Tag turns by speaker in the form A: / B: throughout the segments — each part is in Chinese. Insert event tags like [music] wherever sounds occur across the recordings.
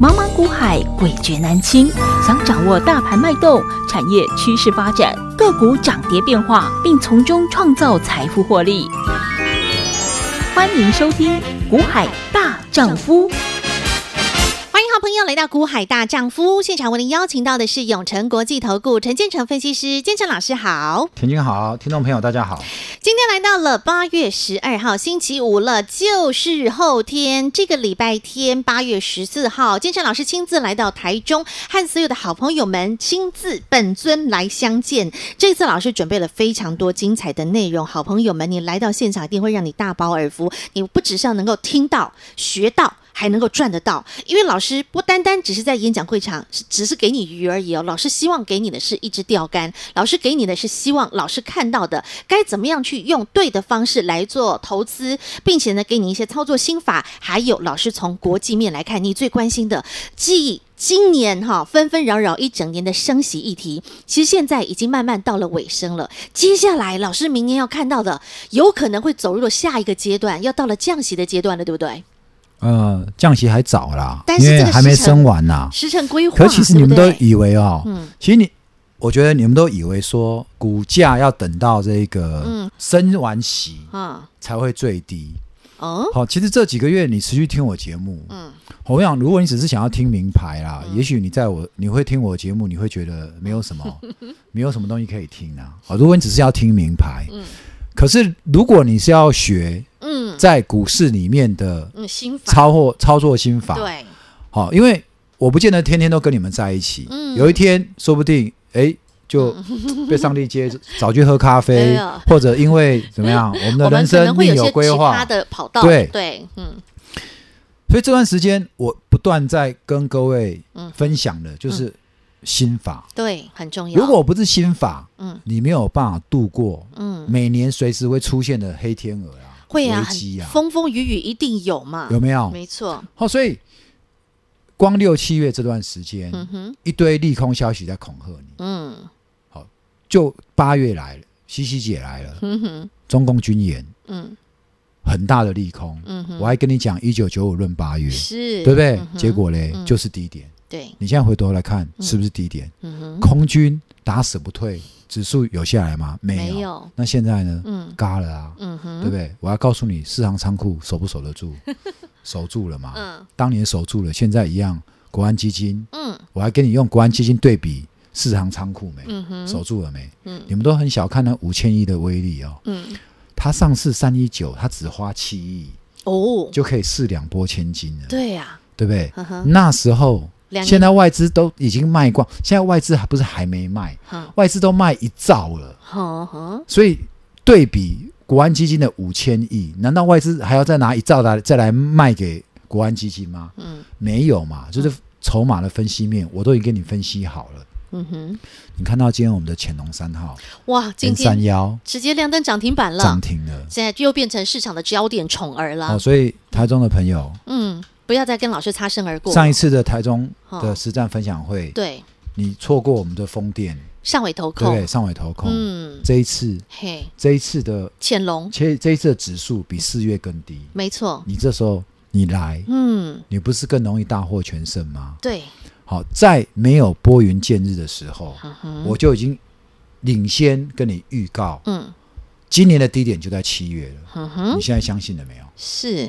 A: 茫茫股海，诡谲难清。想掌握大盘脉动、产业趋势发展、个股涨跌变化，并从中创造财富获利，欢迎收听《股海大丈夫》。
B: 欢迎好朋友来到《股海大丈夫》现场，为您邀请到的是永诚国际投顾陈建成分析师，建成老师好。
C: 田军好，听众朋友大家好。
B: 今天来到了八月十二号星期五了，就是后天这个礼拜天八月十四号，建成老师亲自来到台中，和所有的好朋友们亲自本尊来相见。这次老师准备了非常多精彩的内容，好朋友们，你来到现场一定会让你大饱耳福，你不只是要能够听到、学到。还能够赚得到，因为老师不单单只是在演讲会场，是只是给你鱼而已哦。老师希望给你的是一支钓竿，老师给你的是希望老师看到的该怎么样去用对的方式来做投资，并且呢，给你一些操作心法，还有老师从国际面来看，你最关心的记忆。今年哈、纷纷扰扰一整年的升息议题，其实现在已经慢慢到了尾声了。接下来老师明年要看到的，有可能会走入了下一个阶段，要到了降息的阶段了，对不对？
C: 呃，降息还早啦，
B: 但是
C: 因为
B: 这个
C: 还没
B: 时辰
C: 升完呐、
B: 时程规划，
C: 啊可其实你们
B: 对
C: 都
B: 不对
C: 以为哦，
B: 嗯
C: 其实你，我觉得你们都以为说股价要等到这个
B: 嗯
C: 升完息
B: 啊，
C: 才会最低。
B: 嗯
C: 好、其实这几个月你持续听我节目，哦
B: 嗯，
C: 我想如果你只是想要听名牌啦，
B: 嗯
C: 也许你在我你会听我节目，你会觉得没有
B: [laughs]
C: 什么没有什么东西可以听啊。好、如果你只是要听名牌，
B: 嗯
C: 可是如果你是要学
B: 嗯
C: 在股市里面的
B: 嗯，心法
C: 操作操作心法，
B: 对，
C: 好、因为我不见得天天都跟你们在一起，
B: 嗯
C: 有一天说不定，哎，就
B: [laughs]
C: 被上帝接找去喝咖
B: 哎
C: 啡
B: 呀，
C: 或者因为怎么样，我们的
B: 我们可
C: 人
B: 能
C: 生
B: 会
C: 另
B: 有些
C: 规
B: 其他
C: 划，
B: 的跑道，
C: 对
B: 对，嗯
C: 所以这段时间我不断在跟各位
B: 嗯，
C: 分享的就是心法。
B: 对，很重要。
C: 如果不是心法，
B: 嗯
C: 你没有办法度过
B: 嗯
C: 每年随时会出现的黑天鹅啊、
B: 会啊，
C: 危机
B: 很
C: 啊，
B: 风风雨雨一定有嘛，
C: 有没有？
B: 没错，
C: 好、所以光六七月这段时间，
B: 嗯哼，
C: 一堆利空消息在恐吓你。
B: 嗯
C: 就八月来了，西西姐来了，
B: 哼哼，
C: 中共军演
B: 嗯
C: 很大的利空，
B: 嗯哼，
C: 我还跟你讲一九九五论八月，
B: 是，
C: 对不对
B: 嗯？哼
C: 结果嘞
B: 嗯
C: 就是低点，
B: 对，
C: 你现在回头来看是不是低点？
B: 嗯哼，
C: 空军打死不退，指数有下来吗？没
B: 没
C: 有。
B: 有，
C: 那现在呢？
B: 嗯
C: 嘎了啊，
B: 嗯哼，
C: 对不对？我要告诉你，四行仓库守不守
B: [laughs]
C: 得住？守住了嘛？
B: 嗯
C: 当年守住了，现在一样。国安基金，
B: 嗯
C: 我还跟你用国安基金对比四行仓库没？
B: 嗯哼，
C: 守住了没？
B: 嗯
C: 你们都很小看那五千亿的威力哦。
B: 嗯，
C: 它上市三一九，它只花七亿
B: 哦，
C: 就可以四两拨千斤了，
B: 对呀，
C: 对不对？
B: 呵呵，
C: 那时候，
B: 两
C: 现在外资都已经卖光，现在外资还不是还没卖，
B: 好，
C: 外资都卖一兆了，
B: 好好，
C: 所以对比国安基金的五千亿，难道外资还要再拿一兆来再来卖给国安基金吗？
B: 嗯
C: 没有嘛，就是筹码的分析面，我都已经给你分析好了。
B: 嗯哼，
C: 你看到今天我们的潜龙三号
B: 哇，今
C: 跟三
B: 天
C: 幺
B: 直接亮灯涨停板了
C: 涨。停了，
B: 现在又变成市场的焦点宠儿了。
C: 哦，所以台中的朋友。
B: 嗯，不要再跟老师擦身而过。
C: 上一次的台中
B: 哦
C: 的实战分享会，
B: 对
C: 你错过我们的风电，
B: 上尾投
C: 对不
B: 控，
C: 对？上尾投控，
B: 嗯，
C: 这一次
B: 嘿，
C: 这一次的
B: 潜龙，
C: 这这一次的指数比四月更低，
B: 没错，
C: 你这时候你来，
B: 嗯，
C: 你不是更容易大获全胜吗？
B: 对，
C: 好，在没有拨云见日的时候，
B: 嗯哼，
C: 我就已经领先跟你预告，
B: 嗯
C: 今年的低点就在七月了。
B: 嗯哼，
C: 你现在相信了没有？
B: 是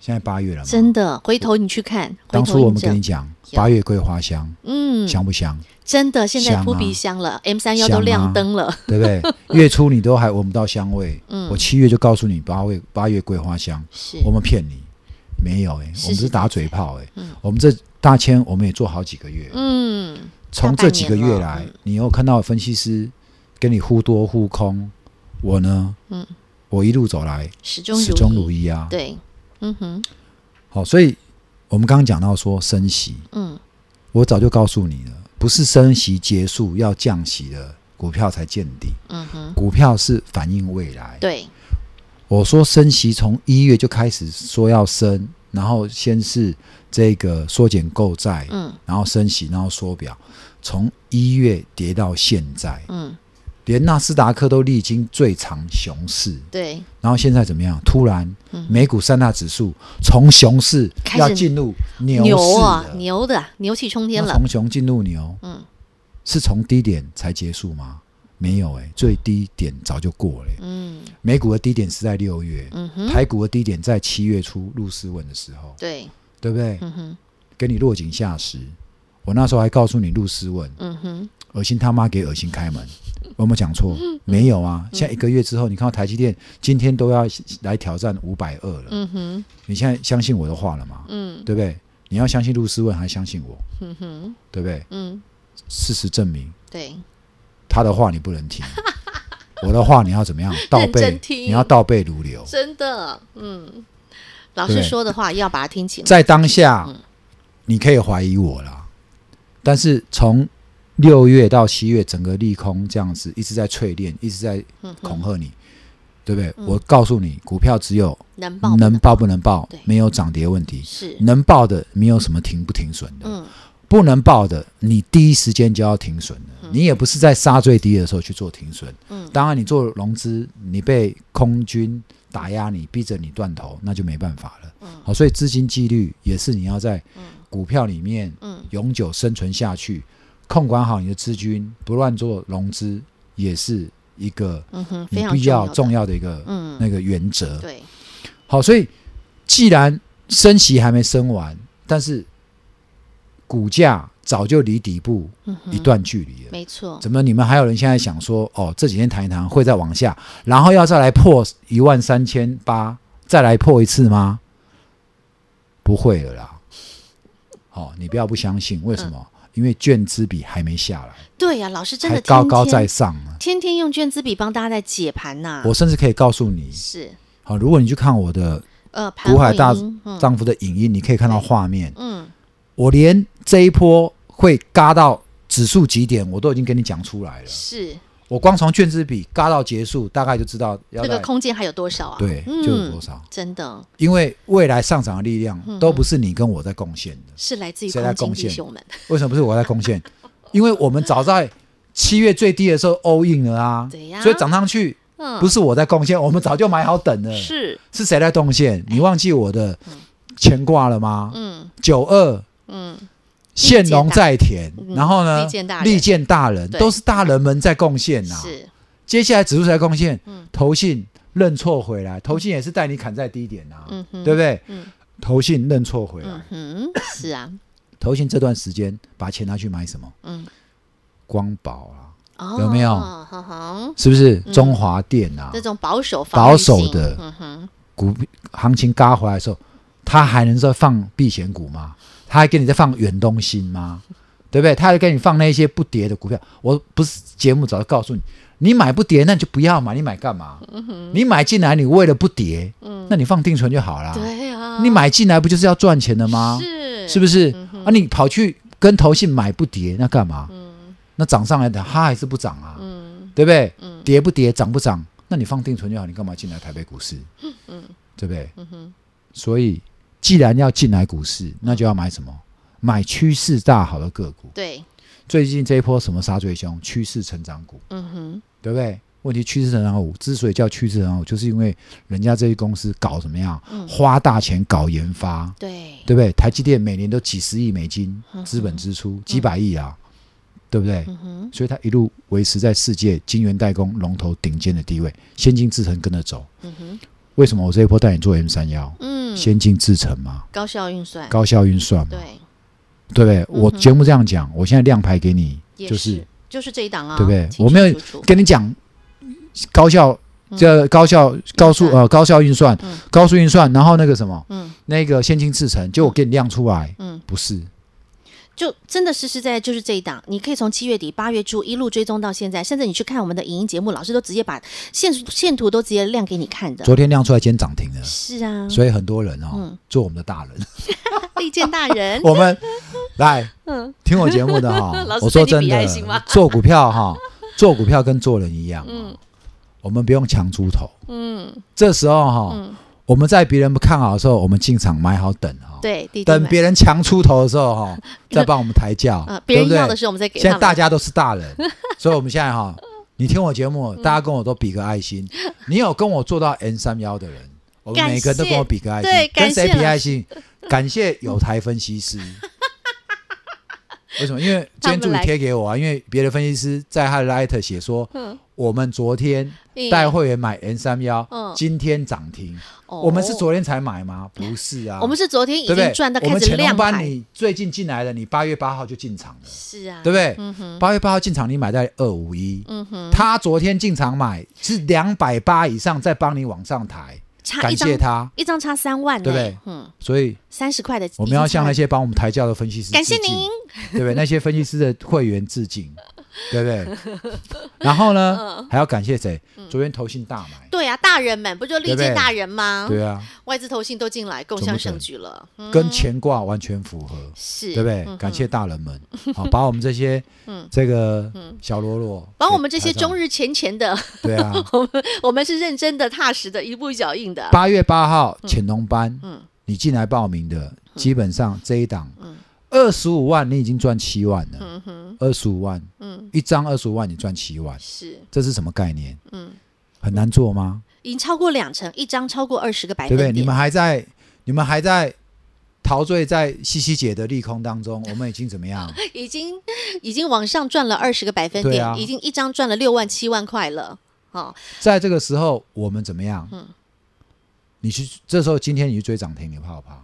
C: 现在八月了吗？
B: 真的。回头你去看，回
C: 当初
B: 头
C: 我
B: 印
C: 们跟你
B: 证，
C: 讲，
B: 有
C: 八月桂花香，
B: 嗯，
C: 香不香？
B: 真的，现在
C: 香
B: 扑
C: 啊
B: 鼻香了，M 三幺
C: 香
B: 都
C: 啊
B: 亮灯 [laughs] 了，
C: 对不对？月初你都还闻不到香味，
B: 嗯
C: 我七月就告诉你八月八月桂花香，
B: 是
C: 我，们骗你没有哎、
B: 是
C: 我们是打嘴炮哎、
B: 嗯
C: 我们这大千我们也做好几个月，
B: 嗯，
C: 从这几个月
B: 大
C: 来，
B: 半年了嗯
C: 你有看到分析师跟你互多互空，我呢，
B: 嗯
C: 我一路走来
B: 始终
C: 始终如
B: 一，
C: 一啊，
B: 对，嗯哼，
C: 好、所以我们刚刚讲到说升息，
B: 嗯，
C: 我早就告诉你了，不是升息结束要降息的股票才见底，
B: 嗯哼，
C: 股票是反映未来。
B: 对，
C: 我说升息从一月就开始说要升，然后先是这个缩减购债，
B: 嗯
C: 然后升息，然后缩表，从一月跌到现在，
B: 嗯，
C: 连纳斯达克都历经最长熊市，
B: 对，
C: 然后现在怎么样？突然，
B: 嗯
C: 美股三大指数从熊市
B: 开始
C: 要进入牛市
B: 牛啊
C: 了，
B: 牛的啊牛气冲天
C: 那
B: 了，
C: 从熊进入牛，
B: 嗯
C: 是从低点才结束吗？没有哎、最低点早就过了欸、
B: 嗯
C: 美股的低点是在六月，
B: 嗯哼，
C: 台股的低点在七月初入市问的时候，
B: 对，
C: 对不对？
B: 嗯哼
C: 给你落井下石。我那时候还告诉你入市问，
B: 嗯哼，
C: 恶心他妈给恶心开门，我有没有讲错？
B: 嗯
C: 没有啊。现在一个月之后，你看到台积电今天都要来挑战五百二了，
B: 嗯哼，
C: 你现在相信我的话了吗？
B: 嗯
C: 对不对？你要相信入市问，还相信我，
B: 嗯哼，
C: 对不对？
B: 嗯，
C: 事实证明，
B: 对，
C: 他的话你
B: [laughs]
C: 不能听，我的话你要怎么样？倒
B: 认真
C: 背，
B: 听
C: 你要倒背如流。
B: 真的，嗯，老师
C: 对
B: 说的话要把它听清，
C: 在当下，你可以怀疑我啦，但是从六月到七月，整个利空这样子一直在淬炼，一直在
B: 嗯哼
C: 恐吓你，对不对？我告诉你，股票只有
B: 能报
C: 嗯能报不能报
B: 对，
C: 没有涨跌问题。
B: 是，
C: 能报的没有什么停不停损的，
B: 嗯
C: 不能报的你第一时间就要停损的。你也不是在杀最低的时候去做停损。
B: 嗯
C: 当然，你做融资，你被空军打压你，逼着你断头，那就没办法了。
B: 嗯
C: 好，所以资金纪律也是你要在
B: 嗯
C: 股票里面
B: 嗯
C: 永久生存下去，控管好你的资金，不乱做融资，也是一个
B: 嗯哼，非
C: 你
B: 常
C: 必要重
B: 要
C: 要的一个
B: 的，嗯，
C: 那个原则。
B: 对，
C: 好，所以既然升息还没升完，但是股价早就离底部
B: 嗯哼
C: 一段距离了。
B: 没错，
C: 怎么你们还有人现在想说，哦，这几天谈一谈会再往下，然后要再来破一万三千八，再来破一次吗？不会了啦。哦，你不要不相信，为什么？因为券资比还没下来，
B: 对呀，老师嗯真
C: 还
B: 的
C: 高
B: 天
C: 高
B: 天
C: 在上啊。
B: 天天用卷子笔帮大家在解盘呐、
C: 我甚至可以告诉你，
B: 是
C: 好、如果你去看我的
B: 呃，盘
C: 股海大
B: 尾音嗯
C: 丈夫的影音，你可以看到画面。
B: 嗯
C: 我连这一波会嘎到指数几点，我都已经跟你讲出来了。
B: 是
C: 我光从券资比嘎到结束，大概就知道要
B: 那个
C: 在
B: 空间还有多少啊？
C: 对，就有多少？
B: 真的
C: 因为未来上涨的力量
B: 嗯
C: 都不是你跟我在贡献的，
B: 是来自于
C: 谁来
B: 空间
C: 贡
B: 弟
C: 献
B: 兄们，
C: 为什么不是我在贡献？ [laughs] 因为我们早在七月最低的时候 all in 了啊，
B: 对呀
C: 所以涨上去
B: 嗯，
C: 不是我在贡献，我们早就买好等了。
B: 是
C: 是谁在贡献？你忘记我的牵挂了吗？
B: 嗯
C: 九二
B: 嗯
C: 现农在田
B: 嗯，
C: 然后呢
B: 利剑大，人
C: 利剑大人
B: 对
C: 都是大人们在贡献呐。
B: 是
C: 接下来指数在贡献
B: 嗯，
C: 投信认错回来，投信也是带你砍在低点呐，
B: 嗯哼
C: 对不对
B: 嗯？
C: 投信认错回来
B: 嗯，哼是啊
C: 投信这段时间把钱拿去买什么？
B: 嗯
C: 光宝啊，
B: 哦
C: 有没有
B: 哼哼
C: 是不是？
B: 嗯
C: 中华电啊
B: 这，种保守
C: 保
B: 防御
C: 守
B: 性
C: 的
B: 嗯哼
C: 股行情嘎回来的时候，他还能再放避险股吗？他还给你在放远东新吗？对不对？他还给你放那些不跌的股票。我不是节目早就告诉你，你买不跌，那你就不要买，你买干嘛？
B: 嗯
C: 你买进来，你为了不跌，那你放定存就好啦。
B: 对啊
C: 你买进来不就是要赚钱的吗？
B: 是
C: 是不是？
B: 嗯
C: 啊，你跑去跟投信买不跌，那干嘛？那涨上来的它还是不涨啊，
B: 嗯
C: 对不对？
B: 嗯
C: 跌不跌，涨不涨，那你放定存就好，你干嘛进来台北股市？对不对？
B: 嗯哼
C: 所以既然要进来股市，那就要买什么？买趋势大好的个股。
B: 对
C: 最近这一波什么杀最凶？趋势成长股，
B: 嗯哼
C: 对不对？问题趋势成长股之所以叫趋势成长股，就是因为人家这些公司搞怎么样，
B: 嗯
C: 花大钱搞研发，
B: 对
C: 对不对？台积电每年都几十亿美金
B: 嗯
C: 资本支出，几百亿啊，对不对？
B: 哼
C: 所以它一路维持在世界晶圆代工龙头顶尖的地位，先进制程跟着走。
B: 嗯哼
C: 为什么我这一波带你做 M 三幺？
B: 嗯
C: 先进制程嘛，
B: 高效运算
C: 高效运算嘛，
B: 对嗯
C: 对不对？我节目这样讲，我现在亮牌给你，
B: 也
C: 就是
B: 就是这一档啊
C: 对不对
B: 清
C: 我没有
B: 清楚楚
C: 跟你讲高效。这高效、高速
B: 嗯运算
C: 呃高效运算、
B: 嗯
C: 高速运算，然后那个什么，
B: 嗯
C: 那个先进制程，就我给你亮出来，
B: 嗯
C: 不是，
B: 就真的实实在在就是这一档，你可以从七月底八月初一路追踪到现在，甚至你去看我们的影音节目，老师都直接把线线图都直接亮给你看的。
C: 昨天亮出来，今天涨停了。
B: 是啊，
C: 所以很多人哦，
B: 嗯
C: 做我们的大人， [laughs]
B: 利剑大人
C: 我们来
B: 嗯
C: 听我节目的哈、
B: [laughs] 老师
C: 我说
B: 对
C: 真
B: 你比爱心吗 [laughs]
C: 的，做股票哈、做股票跟做人一样、啊
B: 嗯
C: 我们不用强出头。
B: 嗯，
C: 这时候哈、
B: 嗯
C: 我们在别人不看好的时候，我们进场买好等哈、
B: 对，弟弟
C: 等
B: 们
C: 别人强出头的时候哈、
B: [laughs]
C: 再帮我们抬价
B: 啊，，别
C: 对
B: 人
C: 不
B: 要
C: 对
B: 的？时候我们再给他
C: 现
B: 们。 [laughs]
C: 在大家都是大人，所以我们现在哈、你听我节目，
B: 嗯
C: 大家跟我都比个爱心。你有跟我做到 N 三幺的人，我们
B: 感谢
C: 每个人都跟我比个爱心，
B: 对感谢
C: 跟谁比
B: 老
C: 爱心？感谢有台分析师。为什么？因为今天助理贴给我啊，因为别的分析师在他的 Light 写说，
B: 嗯，
C: 我们昨天
B: 嗯
C: 带会员买 N 三幺
B: 嗯，
C: 今天涨停。
B: 哦
C: 我们是昨天才买吗？不是啊，
B: 我们是昨天已
C: 对不对
B: 经赚到？
C: 我
B: 开
C: 们
B: 始
C: 潜
B: 亮
C: 龙班
B: 牌，
C: 你最近进来的，你八月八号就进场了，
B: 是啊，
C: 对不对？
B: 嗯哼，
C: 八月八号进场，你买在二五一，
B: 嗯哼，
C: 他昨天进场买是两百八以上，再帮你往上抬，
B: 差一
C: 感
B: 张
C: 谢，他。
B: 一张差三万呢，
C: 对不对
B: 嗯，
C: 所以
B: 三十块的已经差，
C: 我们要向那些帮我们抬轿的分析师
B: 感谢
C: 致敬
B: 您，
C: 对不对？那些分析师的会员致
B: [laughs]
C: 敬，对不对？然后呢，
B: 嗯
C: 还要感谢谁？昨天投信大买，
B: 对啊，大人们不就利
C: 对不
B: 剑
C: 对
B: 大人吗？
C: 对啊，
B: 外资投信都进来，共襄盛举了，嗯
C: 跟乾卦完全符合，
B: 是，
C: 对不对？
B: 嗯
C: 感谢大人们，
B: [laughs]
C: 好，把我们这些这个小喽啰，
B: 嗯把我们这些中
C: 日，
B: 日前前的， [laughs]
C: 对啊，
B: 我们是认真的、踏实的，一步一脚印的。
C: 八月八号潜龙班，
B: 嗯
C: 你进来报名的，基本上这一档，二十五万你已经赚七万了，
B: 嗯哼，
C: 二十五万
B: 嗯，
C: 一张，二十五万你赚七万，
B: 是，
C: 这是什么概念？
B: 嗯，
C: 很难做吗？
B: 已经超过两成，一张超过二十个百分
C: 对不对？
B: 点。
C: 你们还在，你们还在陶醉在西西姐的利空当中，我们已经怎么
B: [laughs]
C: 样？
B: 已经已经往上赚了二十个百分
C: 对
B: 点，
C: 啊
B: 已经一张赚了六万七万块了。哦，
C: 在这个时候，我们怎么样
B: 嗯？
C: 你去，这时候今天你去追涨停，你怕不怕？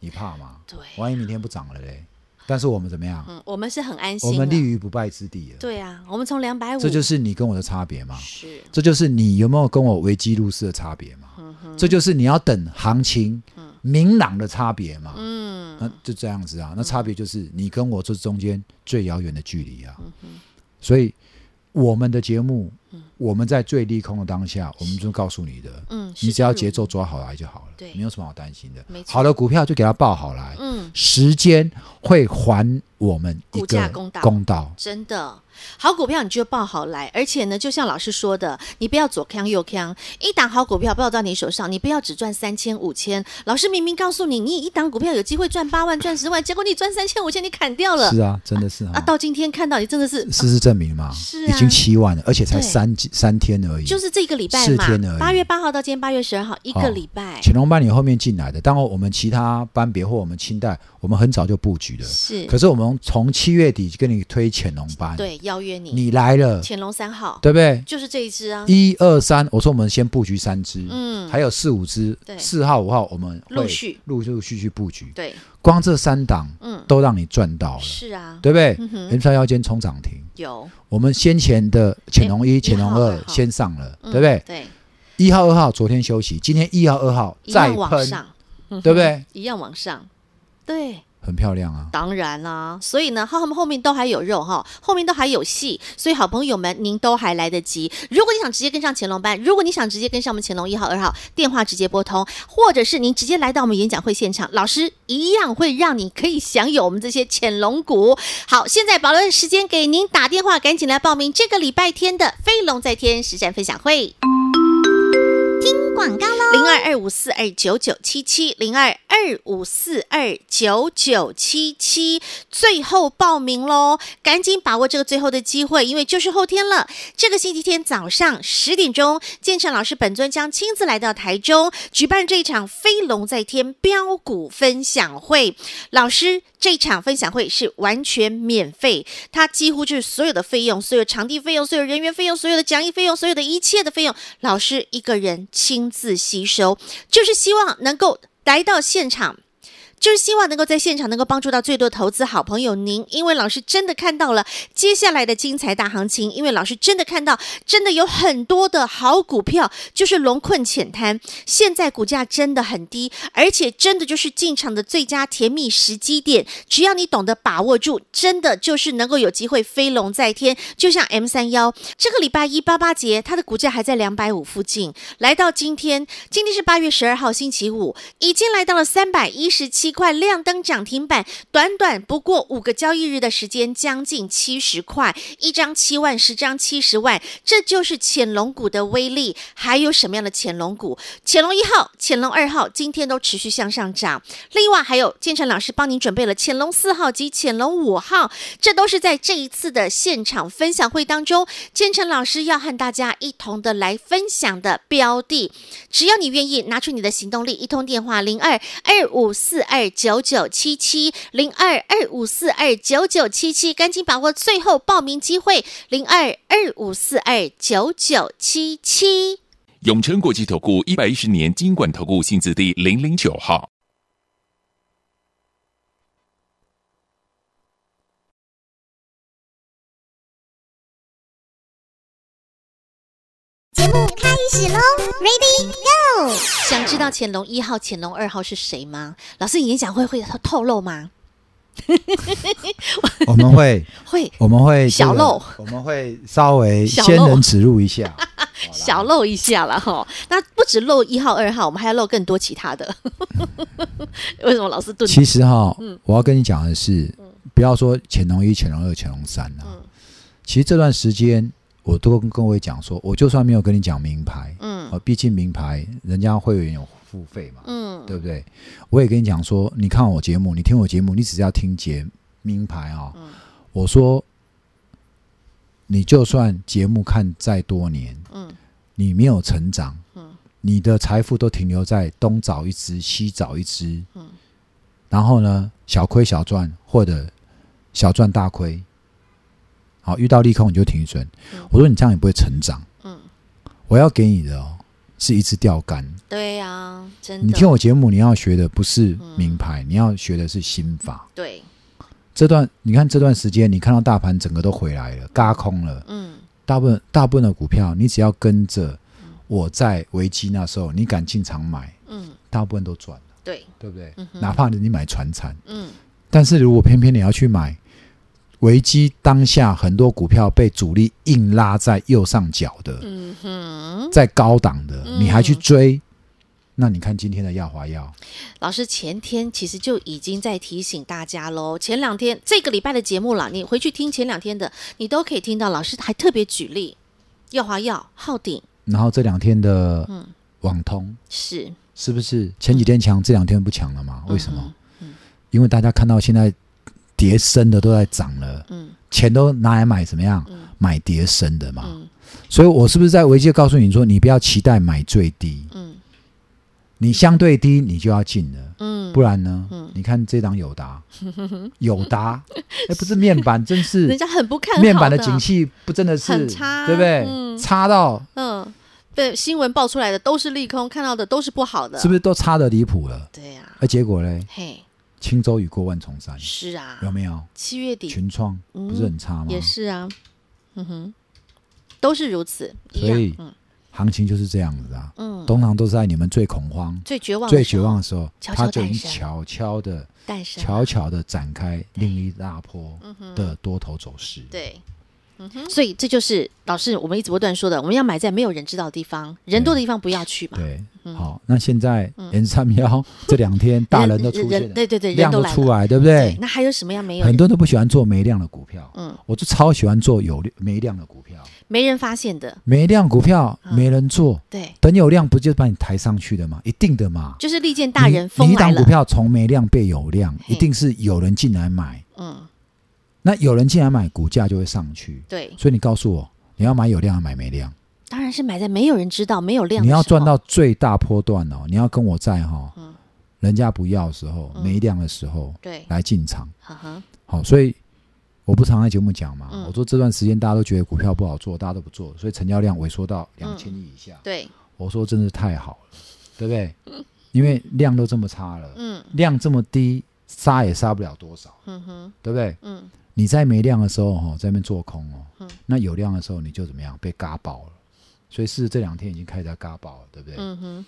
C: 你怕吗？
B: 对，
C: 万一明天不涨了嘞？但是我们怎么样？
B: 嗯，我们是很安心
C: 我
B: 了。
C: 们立于不败之地了。
B: 对啊，我们从两百五，
C: 这就是你跟我的差别嘛？
B: 是
C: 这就是你有没有跟我危机入市的差别嘛？
B: 嗯
C: 这就是你要等行情明朗的差别嘛？
B: 嗯
C: 那就这样子啊，那差别就是你跟我这中间最遥远的距离啊。
B: 嗯
C: 所以我们的节目，我们在最利空的当下，我们就告诉你的，
B: 嗯，
C: 你
B: 始
C: 只要
B: 终如
C: 节奏抓好来就好了
B: 对，
C: 没有什么好担心的
B: 没。错
C: 好的股票就给它报好来，
B: 嗯，
C: 时间会还我们一
B: 股价
C: 个
B: 公道
C: 公道。
B: 真的，好股票你就抱好来，而且呢，就像老师说的，你不要左扛右扛，一档好股票抱到你手上，你不要只赚三千五千。老师明明告诉你，你一档股票有机会赚八万、赚十万，结果你赚三千五千，你砍掉了
C: 是啊，真的是
B: 啊！
C: 哈。
B: 到今天看到你真的是，
C: 事实证明嘛，
B: 是啊
C: 已经七万了，而且才
B: 对
C: 三三天而已。
B: 就是这个礼拜
C: 四
B: 嘛
C: 天而，已
B: 八月八号到今天八月十二号，一个
C: 哦
B: 礼拜、
C: 潜龙班你后面进来的，当然我们其他班别或我们清代，我们很早就布局了。
B: 是，
C: 可是我们从七月底就跟你推潜龙班，，
B: 对，邀约你，
C: 你来了，
B: 潜龙三号
C: 对不对？
B: 就是这一只啊，
C: 一二三，我说我们先布局三只，
B: 嗯
C: 还有四五只
B: 对，
C: 四号五号我们会
B: 陆续
C: 陆陆续续布局，
B: 对，
C: 光这三档
B: 嗯，
C: 都让你赚到了，
B: 是啊，
C: 对不对
B: 嗯哼
C: ？M 三幺今天冲涨停，
B: 有，
C: 我们先前的潜龙一、
B: 哎
C: 潜龙
B: 一号
C: 二
B: 二号
C: 先上了，
B: 嗯
C: 对不对？
B: 对，
C: 一号、二号昨天休息，今天一号、二号
B: 一
C: 再
B: 样往
C: 喷，
B: 上，对
C: [laughs] 对不对？
B: 一样往上，对。
C: 很漂亮啊。
B: 当然啦、所以呢，他们后面都还有肉哈，后面都还有戏，所以好朋友们，您都还来得及。如果你想直接跟上乾隆班，如果你想直接跟上我们乾隆一号、二号，电话直接拨通，或者是您直接来到我们演讲会现场，老师一样会让你可以享有我们这些潜龙股。好，现在保留时间给您打电话，赶紧来报名这个礼拜天的飞龙在天实战分享会。广告喽，零二二五四二九九七七，零二二五四二九九七七，最后报名喽，赶紧把握这个最后的机会，因为就是后天了。这个星期天早上十点钟，建成老师本尊将亲自来到台中，举办这一场飞龙在天标股分享会。老师这场分享会是完全免费，它几乎就是所有的费用，所有场地费用，所有人员费用，所有的讲义费用，所有的一切的费用，老师一个人亲自吸收，就是希望能够来到现场。就是希望能够在现场能够帮助到最多投资好朋友您，因为老师真的看到了接下来的精彩大行情，因为老师真的看到真的有很多的好股票就是龙困浅滩，现在股价真的很低，而且真的就是进场的最佳甜蜜时机点，只要你懂得把握住，真的就是能够有机会飞龙在天。就像 M 三幺，这个礼拜一八八节，它的股价还在两百五附近，来到今天，今天是八月十二号星期五，已经来到了三百一十七。七块亮灯涨停板，短短不过五个交易日的时间，将近七十块，一张七万，十张七十万，这就是潜龙股的威力。还有什么样的潜龙股？潜龙一号、潜龙二号今天都持续向上涨，另外还有建成老师帮您准备了潜龙四号及潜龙五号，这都是在这一次的现场分享会当中，建成老师要和大家一同的来分享的标的。只要你愿意拿出你的行动力，一通电话零二二五四二九九七七零二二五四二九九七七，赶紧把握最后报名机会零二二五四二九九七七。
D: 永诚国际投顾一百一十年金管投顾新字第零零九号。
B: 想知道潜龙一号、潜龙二号是谁吗？老师，你演讲会会透露吗？
C: 我们会
B: [laughs] 会
C: 我们会这个
B: 小漏
C: 我们会稍微
B: 小
C: 先
B: 漏
C: 人指路一下，
B: 小露一下了哈。那不止露一号、二号，我们还要露更多其他的。 [laughs] 为什么老师顿？嗯
C: 其实哈，我要跟你讲的是，不要说潜龙一、潜龙二、潜龙三
B: 嗯
C: 啊。其实这段时间，我都跟各位讲说，我就算没有跟你讲名牌，
B: 嗯
C: 啊，毕竟名牌人家会员有付费嘛，
B: 嗯
C: 对不对？我也跟你讲说，你看我节目，你听我节目，你只要听节名牌啊、
B: 嗯
C: 我说，你就算节目看再多年，
B: 嗯
C: 你没有成长，
B: 嗯
C: 你的财富都停留在东找一只，西找一只，
B: 嗯
C: 然后呢，小亏小赚或者小赚大亏，好，遇到利空你就停损。
B: 嗯
C: 我说你这样也不会成长，
B: 嗯，
C: 我要给你的哦，是一支钓竿。
B: 对呀、啊，真的。嗯
C: 你听我节目，你要学的不是名牌，你要学的是心法。
B: 对，
C: 这段你看这段时间，你看到大盘整个都回来了，嘎空了，
B: 嗯
C: 大部分大部分的股票，你只要跟着我在危机那时候，你敢进场买，
B: 嗯，
C: 大部分都赚了，
B: 对，
C: 对不对？
B: 嗯哼
C: 哪怕你买船产，
B: 嗯
C: 但是如果偏偏你要去买危机当下，很多股票被主力硬拉在右上角的，
B: 嗯哼。
C: 在高档的，
B: 嗯
C: 你还去追，那你看今天的耀华药，
B: 老师前天其实就已经在提醒大家喽，前两天这个礼拜的节目啦，你回去听前两天的，你都可以听到老师还特别举例，耀华药、浩鼎
C: 然后这两天的
B: 嗯
C: 网通
B: 是
C: 是不是前几天强，这两天不强了吗？为什么？
B: 嗯
C: 因为大家看到现在跌升的都在涨了，
B: 嗯
C: 钱都拿来买怎么样？
B: 嗯
C: 买跌升的嘛。
B: 嗯
C: 所以我是不是在危机告诉你说，你不要期待买最低，
B: 嗯
C: 你相对低你就要进了。
B: 嗯，
C: 不然呢？你看这档友
B: [laughs]
C: 达，友达，哎，不是面板，真
B: [laughs] 人
C: 是
B: 家很不看好
C: 面板的景气不真的是
B: 很差
C: 对不对？
B: 嗯
C: 差到
B: 嗯，被新闻爆出来的都是利空，看到的都是不好的，
C: 是不
B: 是？
C: 是都差的离谱了？
B: 对呀、
C: 哎，结果嘞，
B: 嘿，
C: 轻舟已过万重山，
B: 是啊，
C: 有没有？
B: 七月底
C: 群创不是很差吗？
B: 也是啊，嗯哼，都是如此，一
C: 所以
B: 样，嗯
C: 行情就是这样子啊，
B: 嗯，
C: 通常都是在你们最恐慌、
B: 最绝望的
C: 最
B: 时
C: 绝
B: 候
C: 望的时候，
B: 悄悄
C: 它就已
B: 诞
C: 经
B: 生
C: 悄悄的、
B: 诞生，
C: 悄悄的展开另一大波
B: 嗯
C: 的多头走势。
B: 对。嗯哼，所以这就是老师我们一直不断说的，我们要买在没有人知道的地方，人多的地方不要去嘛。嗯
C: 对，好，那现在 N 三
B: [laughs]
C: 幺这两天大人都出现
B: 人
C: 了，
B: 对对对，人
C: 量
B: 都
C: 都
B: 来
C: 出
B: 了。
C: 来，对不
B: 对
C: 对，？
B: 那还有什么样没有
C: 很多人都不喜欢做没量的股票，
B: 嗯，
C: 我就超喜欢做有没量的股票，
B: 没人发现的？
C: 没量股票
B: 嗯
C: 没人做，
B: 对，
C: 等有量不就把你抬上去的吗？一定的嘛。
B: 就是利剑大
C: 你
B: 人风
C: 你一
B: 来
C: 档股
B: 了。
C: 票从没量变有量，
B: 嘿
C: 一定是有人进来买，
B: 嗯，
C: 那有人进来买，股价就会上去。
B: 对，
C: 所以你告诉我，你要买有量还买没量？
B: 当然是买在没有人知道、没有量的
C: 你
B: 时候。
C: 要赚到最大波段哦，你要跟我在哈、
B: 嗯
C: 人家不要的时候，
B: 嗯
C: 没量的时候
B: 对，
C: 来进场。
B: 哈哈，
C: 好，所以我不常在节目讲嘛，
B: 嗯
C: 我说这段时间大家都觉得股票不好做，大家都不做，所以成交量萎缩到
B: 嗯
C: 两千亿以下。
B: 对，
C: 我说真是太好了，对不对？因为量都这么差了，
B: 嗯
C: 量这么低，杀也杀不了多少，
B: 嗯哼，
C: 对不对？
B: 嗯，
C: 你在没量的时候哈、哦，在那边做空哦，
B: 嗯
C: 那有量的时候你就怎么样被嘎爆了。所以是这两天已经开始在嘎爆了，对不对？
B: 嗯哼，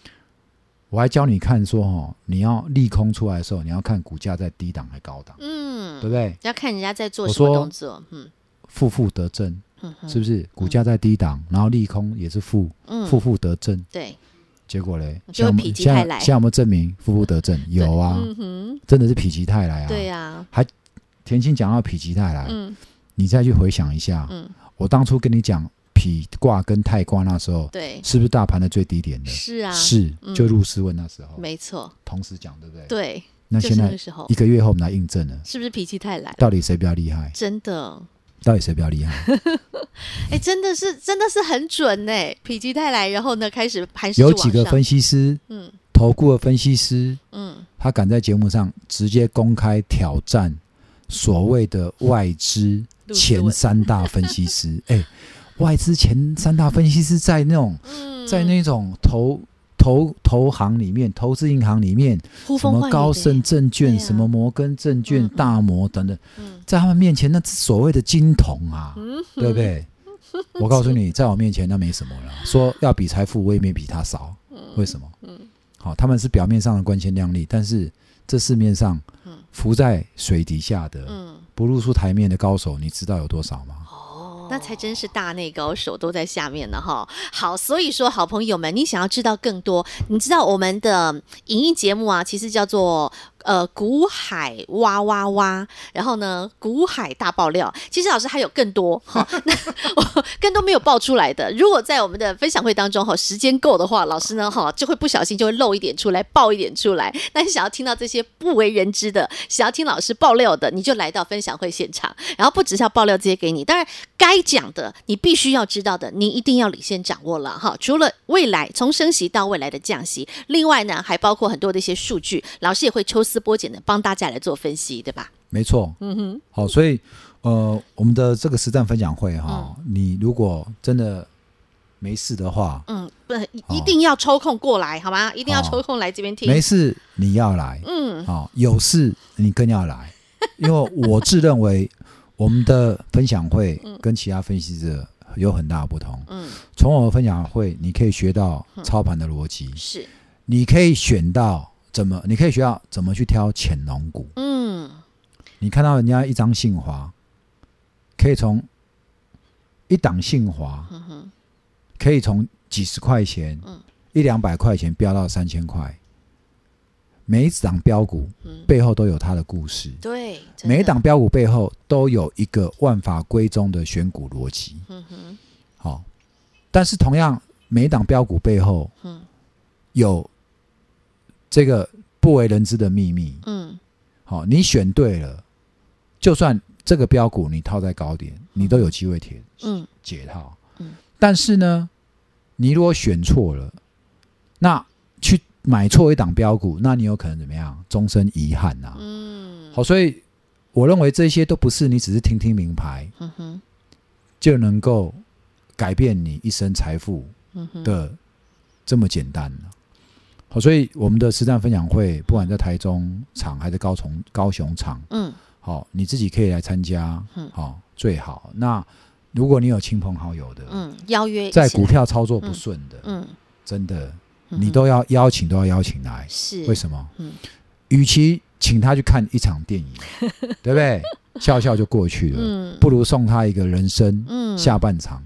C: 我还教你看说哦，你要利空出来的时候，你要看股价在低档还高档，对
B: 嗯，
C: 不对？
B: 要看人家在做
C: 我
B: 什么
C: 说
B: 动作，嗯
C: 负负得正，
B: 嗯哼，
C: 是不是？股价在低档，然后利空也是负，
B: 嗯，
C: 负负得正，
B: 对，
C: 结果嘞，
B: 就
C: 像我们
B: 否极
C: 现在
B: 泰来
C: 现在有没有证明夫不得正？有啊，
B: 嗯哼，
C: 真的是否极泰来啊。哎
B: 对呀，
C: 田青讲到否极泰来，
B: 嗯
C: 你再去回想一下，
B: 嗯，
C: 我当初跟你讲否卦跟泰卦那时候，
B: 对，
C: 是不是大盘的最低点的？
B: 是啊，
C: 是
B: 嗯，
C: 就入市问那时候，
B: 没错，
C: 同时讲对不对？。
B: 对，
C: 那
B: 就是
C: 现
B: 那
C: 在
B: 个时候
C: 一，个月后我们来印证了，
B: 是不是脾气太来了？
C: 到底谁比较厉害？
B: 真的，
C: 到底谁比较
B: [laughs]
C: 厉害？
B: 哎，真的是，真的是很准呢。否极泰来，然后呢，开始盘势
C: 有
B: 就
C: 几
B: 往
C: 个
B: 上
C: 分析师，
B: 嗯
C: 投顾的分析师，
B: 嗯，
C: 他敢在节目上直接公开挑战所谓的外资
B: 陆思
C: 前
B: 维
C: 三大分析
B: [laughs]
C: 师。哎、外资前三大分析师在那种
B: 嗯
C: 在那种投投投行里面，投资银行里面，
B: 呼
C: 什
B: 风
C: 么
B: 唤雨
C: 高
B: 的
C: 盛
B: 耶，
C: 证
B: 对
C: 券、
B: 啊
C: 什么摩根证券、
B: 嗯嗯
C: 大摩等等，
B: 嗯
C: 在他们面前那是所谓的金童啊，对
B: [laughs]
C: 不对？我告诉你，在我面前那没什么了。说要比财富，我也没比他少。
B: 嗯
C: 为什么？好，他们是表面上的光鲜亮丽，但是这市面上浮在水底下的、
B: 嗯，
C: 不露出台面的高手，你知道有多少吗？
B: 那才真是大内高手都在下面呢哈。好，所以说好朋友们，你想要知道更多，你知道我们的影音节目啊，其实叫做呃股海哇哇哇，然后呢股海大爆料。其实老师还有更多哈，那我更多没有爆出来的。如果在我们的分享会当中哈，时间够的话，老师呢哈就会不小心就会漏一点出来，爆一点出来。那你想要听到这些不为人知的，想要听老师爆料的，你就来到分享会现场。然后不只是要爆料这些给你，当然该讲的你必须要知道的，你一定要领先掌握了哈。除了未来从升息到未来的降息，另外呢还包括很多的一些数据，老师也会抽丝剥茧的帮大家来做分析，对吧？
C: 没错，嗯哼，好，所以呃，我们的这个实战分享会哈、你如果真的没事的话，
B: 嗯，不，一
C: 哦
B: 定要抽空过来好吗？一定要
C: 哦
B: 抽空来这边听。
C: 没事你要来，
B: 嗯，
C: 好、有事你更要来，因为我自认为我们的分享会跟其他分析者有很大的不同。
B: 嗯，
C: 从我的分享会，你可以学到操盘的逻辑，
B: 是，
C: 你可以选到怎么，你可以学到怎么去挑潜龙股。
B: 嗯，
C: 你看到人家一张信华，可以从一档信华，
B: 嗯
C: 可以从几十块钱、一两百块钱飙到三千块，每一档标股
B: 嗯
C: 背后都有它的故事，
B: 对，真
C: 每一
B: 的
C: 档标股背后都有一个万法归宗的选股逻辑。
B: 嗯哼，
C: 好、但是同样，每一档标股背后
B: 嗯
C: 有这个不为人知的秘密。
B: 嗯，
C: 好、你选对了，就算这个标股你套在高点，你都有机会解
B: 嗯，
C: 解套。
B: 嗯
C: 但是呢，你如果选错了，那去买错一档标股，那你有可能怎么样？终身遗憾呐、
B: 嗯，
C: 好，所以我认为这些都不是你只是听听名牌
B: 嗯哼，
C: 就能够改变你一生财富
B: 嗯哼，
C: 的这么简单了。好，所以我们的实战分享会，不管在台中场还是高雄高雄场。
B: 嗯，
C: 好、你自己可以来参加，好、
B: 嗯
C: 最好。那如果你有亲朋好友的，
B: 嗯，邀约
C: 在
B: 一起
C: 股
B: 来，
C: 票操作不顺的，
B: 嗯，
C: 真的，
B: 嗯
C: 你
B: 哼
C: 都要邀请，都要邀请来。
B: 是
C: 为什么？
B: 嗯
C: 与其请他去看一场
B: [laughs]
C: 电影，对不对？笑笑就过去了，
B: 嗯
C: 不如送他一个人生
B: 嗯
C: 下半场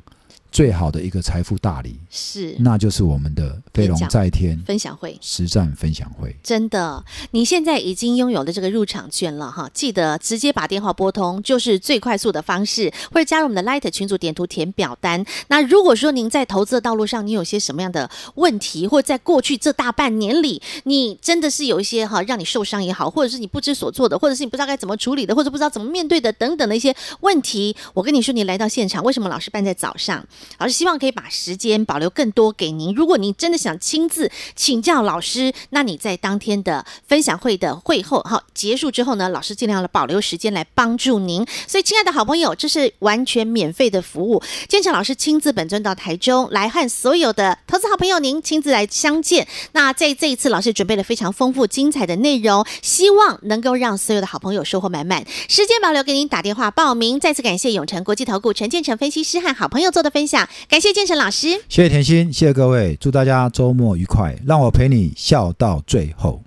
C: 最好的一个财富大礼，
B: 是
C: 那就是我们的飞龙
B: 演讲
C: 在天
B: 分享会。
C: 实战分享会。
B: 真的，你现在已经拥有了这个入场券了哈，记得直接把电话拨通，就是最快速的方式，或者加入我们的 Light 群组点图填表单。那如果说您在投资的道路上，你有些什么样的问题，或者在过去这大半年里，你真的是有一些哈让你受伤也好，或者是你不知所措的，或者是你不知道该怎么处理的，或者不知道怎么面对的等等的一些问题，我跟你说，你来到现场，为什么老是办在早上？老师希望可以把时间保留更多给您。如果您真的想亲自请教老师，那你在当天的分享会的会后哈结束之后呢，老师尽量的保留时间来帮助您。所以，亲爱的好朋友，这是完全免费的服务。建成老师亲自本尊到台中来和所有的投资好朋友您亲自来相见。那在这一次，老师准备了非常丰富精彩的内容，希望能够让所有的好朋友收获满满。时间保留给您打电话报名。再次感谢永诚国际投顾陈建成分析师和好朋友做的分享，感谢建成老师。
C: 谢谢甜心，谢谢各位，祝大家周末愉快，让我陪你笑到最后。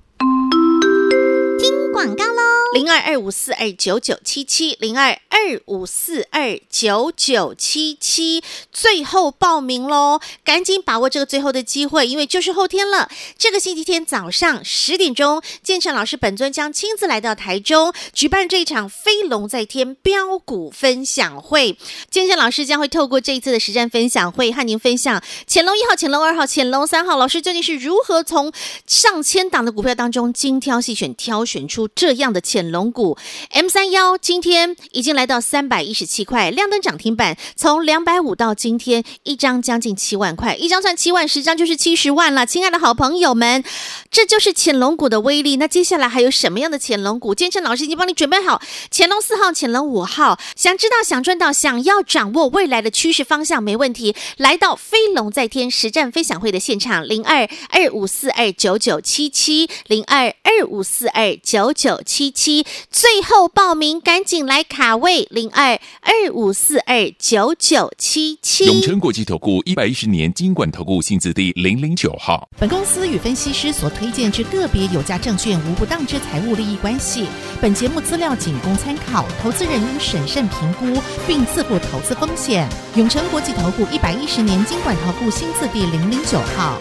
B: 广告喽。零二二五四二九九七七零二二五四二九九七七，最后报名喽！赶紧把握这个最后的机会，因为就是后天了。这个星期天早上十点钟，建成老师本尊将亲自来到台中，举办这一场飞龙在天标股分享会。建成老师将会透过这一次的实战分享会，和您分享潜龙一号、潜龙二号、潜龙三号老师究竟是如何从上千档的股票当中精挑细选，挑选出这样的潜龙股。M 三幺今天已经来到三百一十七块，亮灯涨停板，从两百五到今天一张将近七万块，一张算七万，十张就是七十万了。亲爱的好朋友们，这就是潜龙股的威力。那接下来还有什么样的潜龙股？建成老师已经帮你准备好潜龙四号、潜龙五号，想知道、想赚到、想要掌握未来的趋势方向，没问题，来到飞龙在天实战分享会的现场，零二二五四二九九七七，零二二五四二九九七七，最后报名赶紧来卡位，零二二五四二九九七七。
D: 永诚国际投顾一百一十年金管投顾性质第零零九号。
E: 本公司与分析师所推荐之个别有价证券无不当之财务利益关系。本节目资料仅供参考，投资人应审慎评估并自负投资风险。永诚国际投顾一百一十年经管投顾新字第零零九号。